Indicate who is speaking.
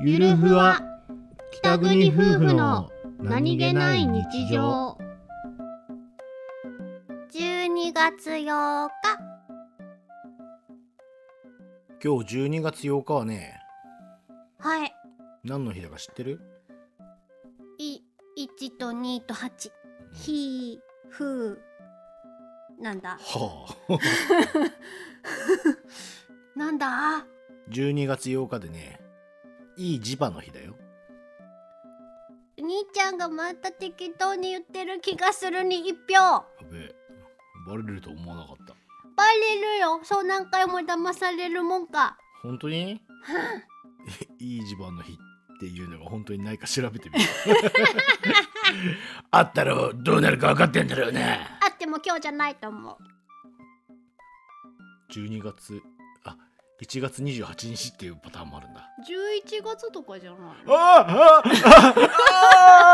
Speaker 1: ゆるふわ北国夫婦の
Speaker 2: 12月8日
Speaker 1: 今日12月8日はね
Speaker 2: はい
Speaker 1: 何の日だか知ってる
Speaker 2: い1と2と8ひふなんだ
Speaker 1: は
Speaker 2: なんだ
Speaker 1: あ12月8日でねいいジパの日だよ
Speaker 2: 兄ちゃんがまた適当に言ってる気がするに一票
Speaker 1: やべえバレると思わなかった
Speaker 2: バレるよそう何回も騙されるもんか
Speaker 1: 本当にいいジパの日っていうのが本当にないか調べてみるあったらどうなるか分かってんだろうね
Speaker 2: あっても今日じゃないと思う
Speaker 1: 12月あ1月28日っていうパターンもあるんだ 어.
Speaker 2: 11月とかじゃない
Speaker 1: あああああ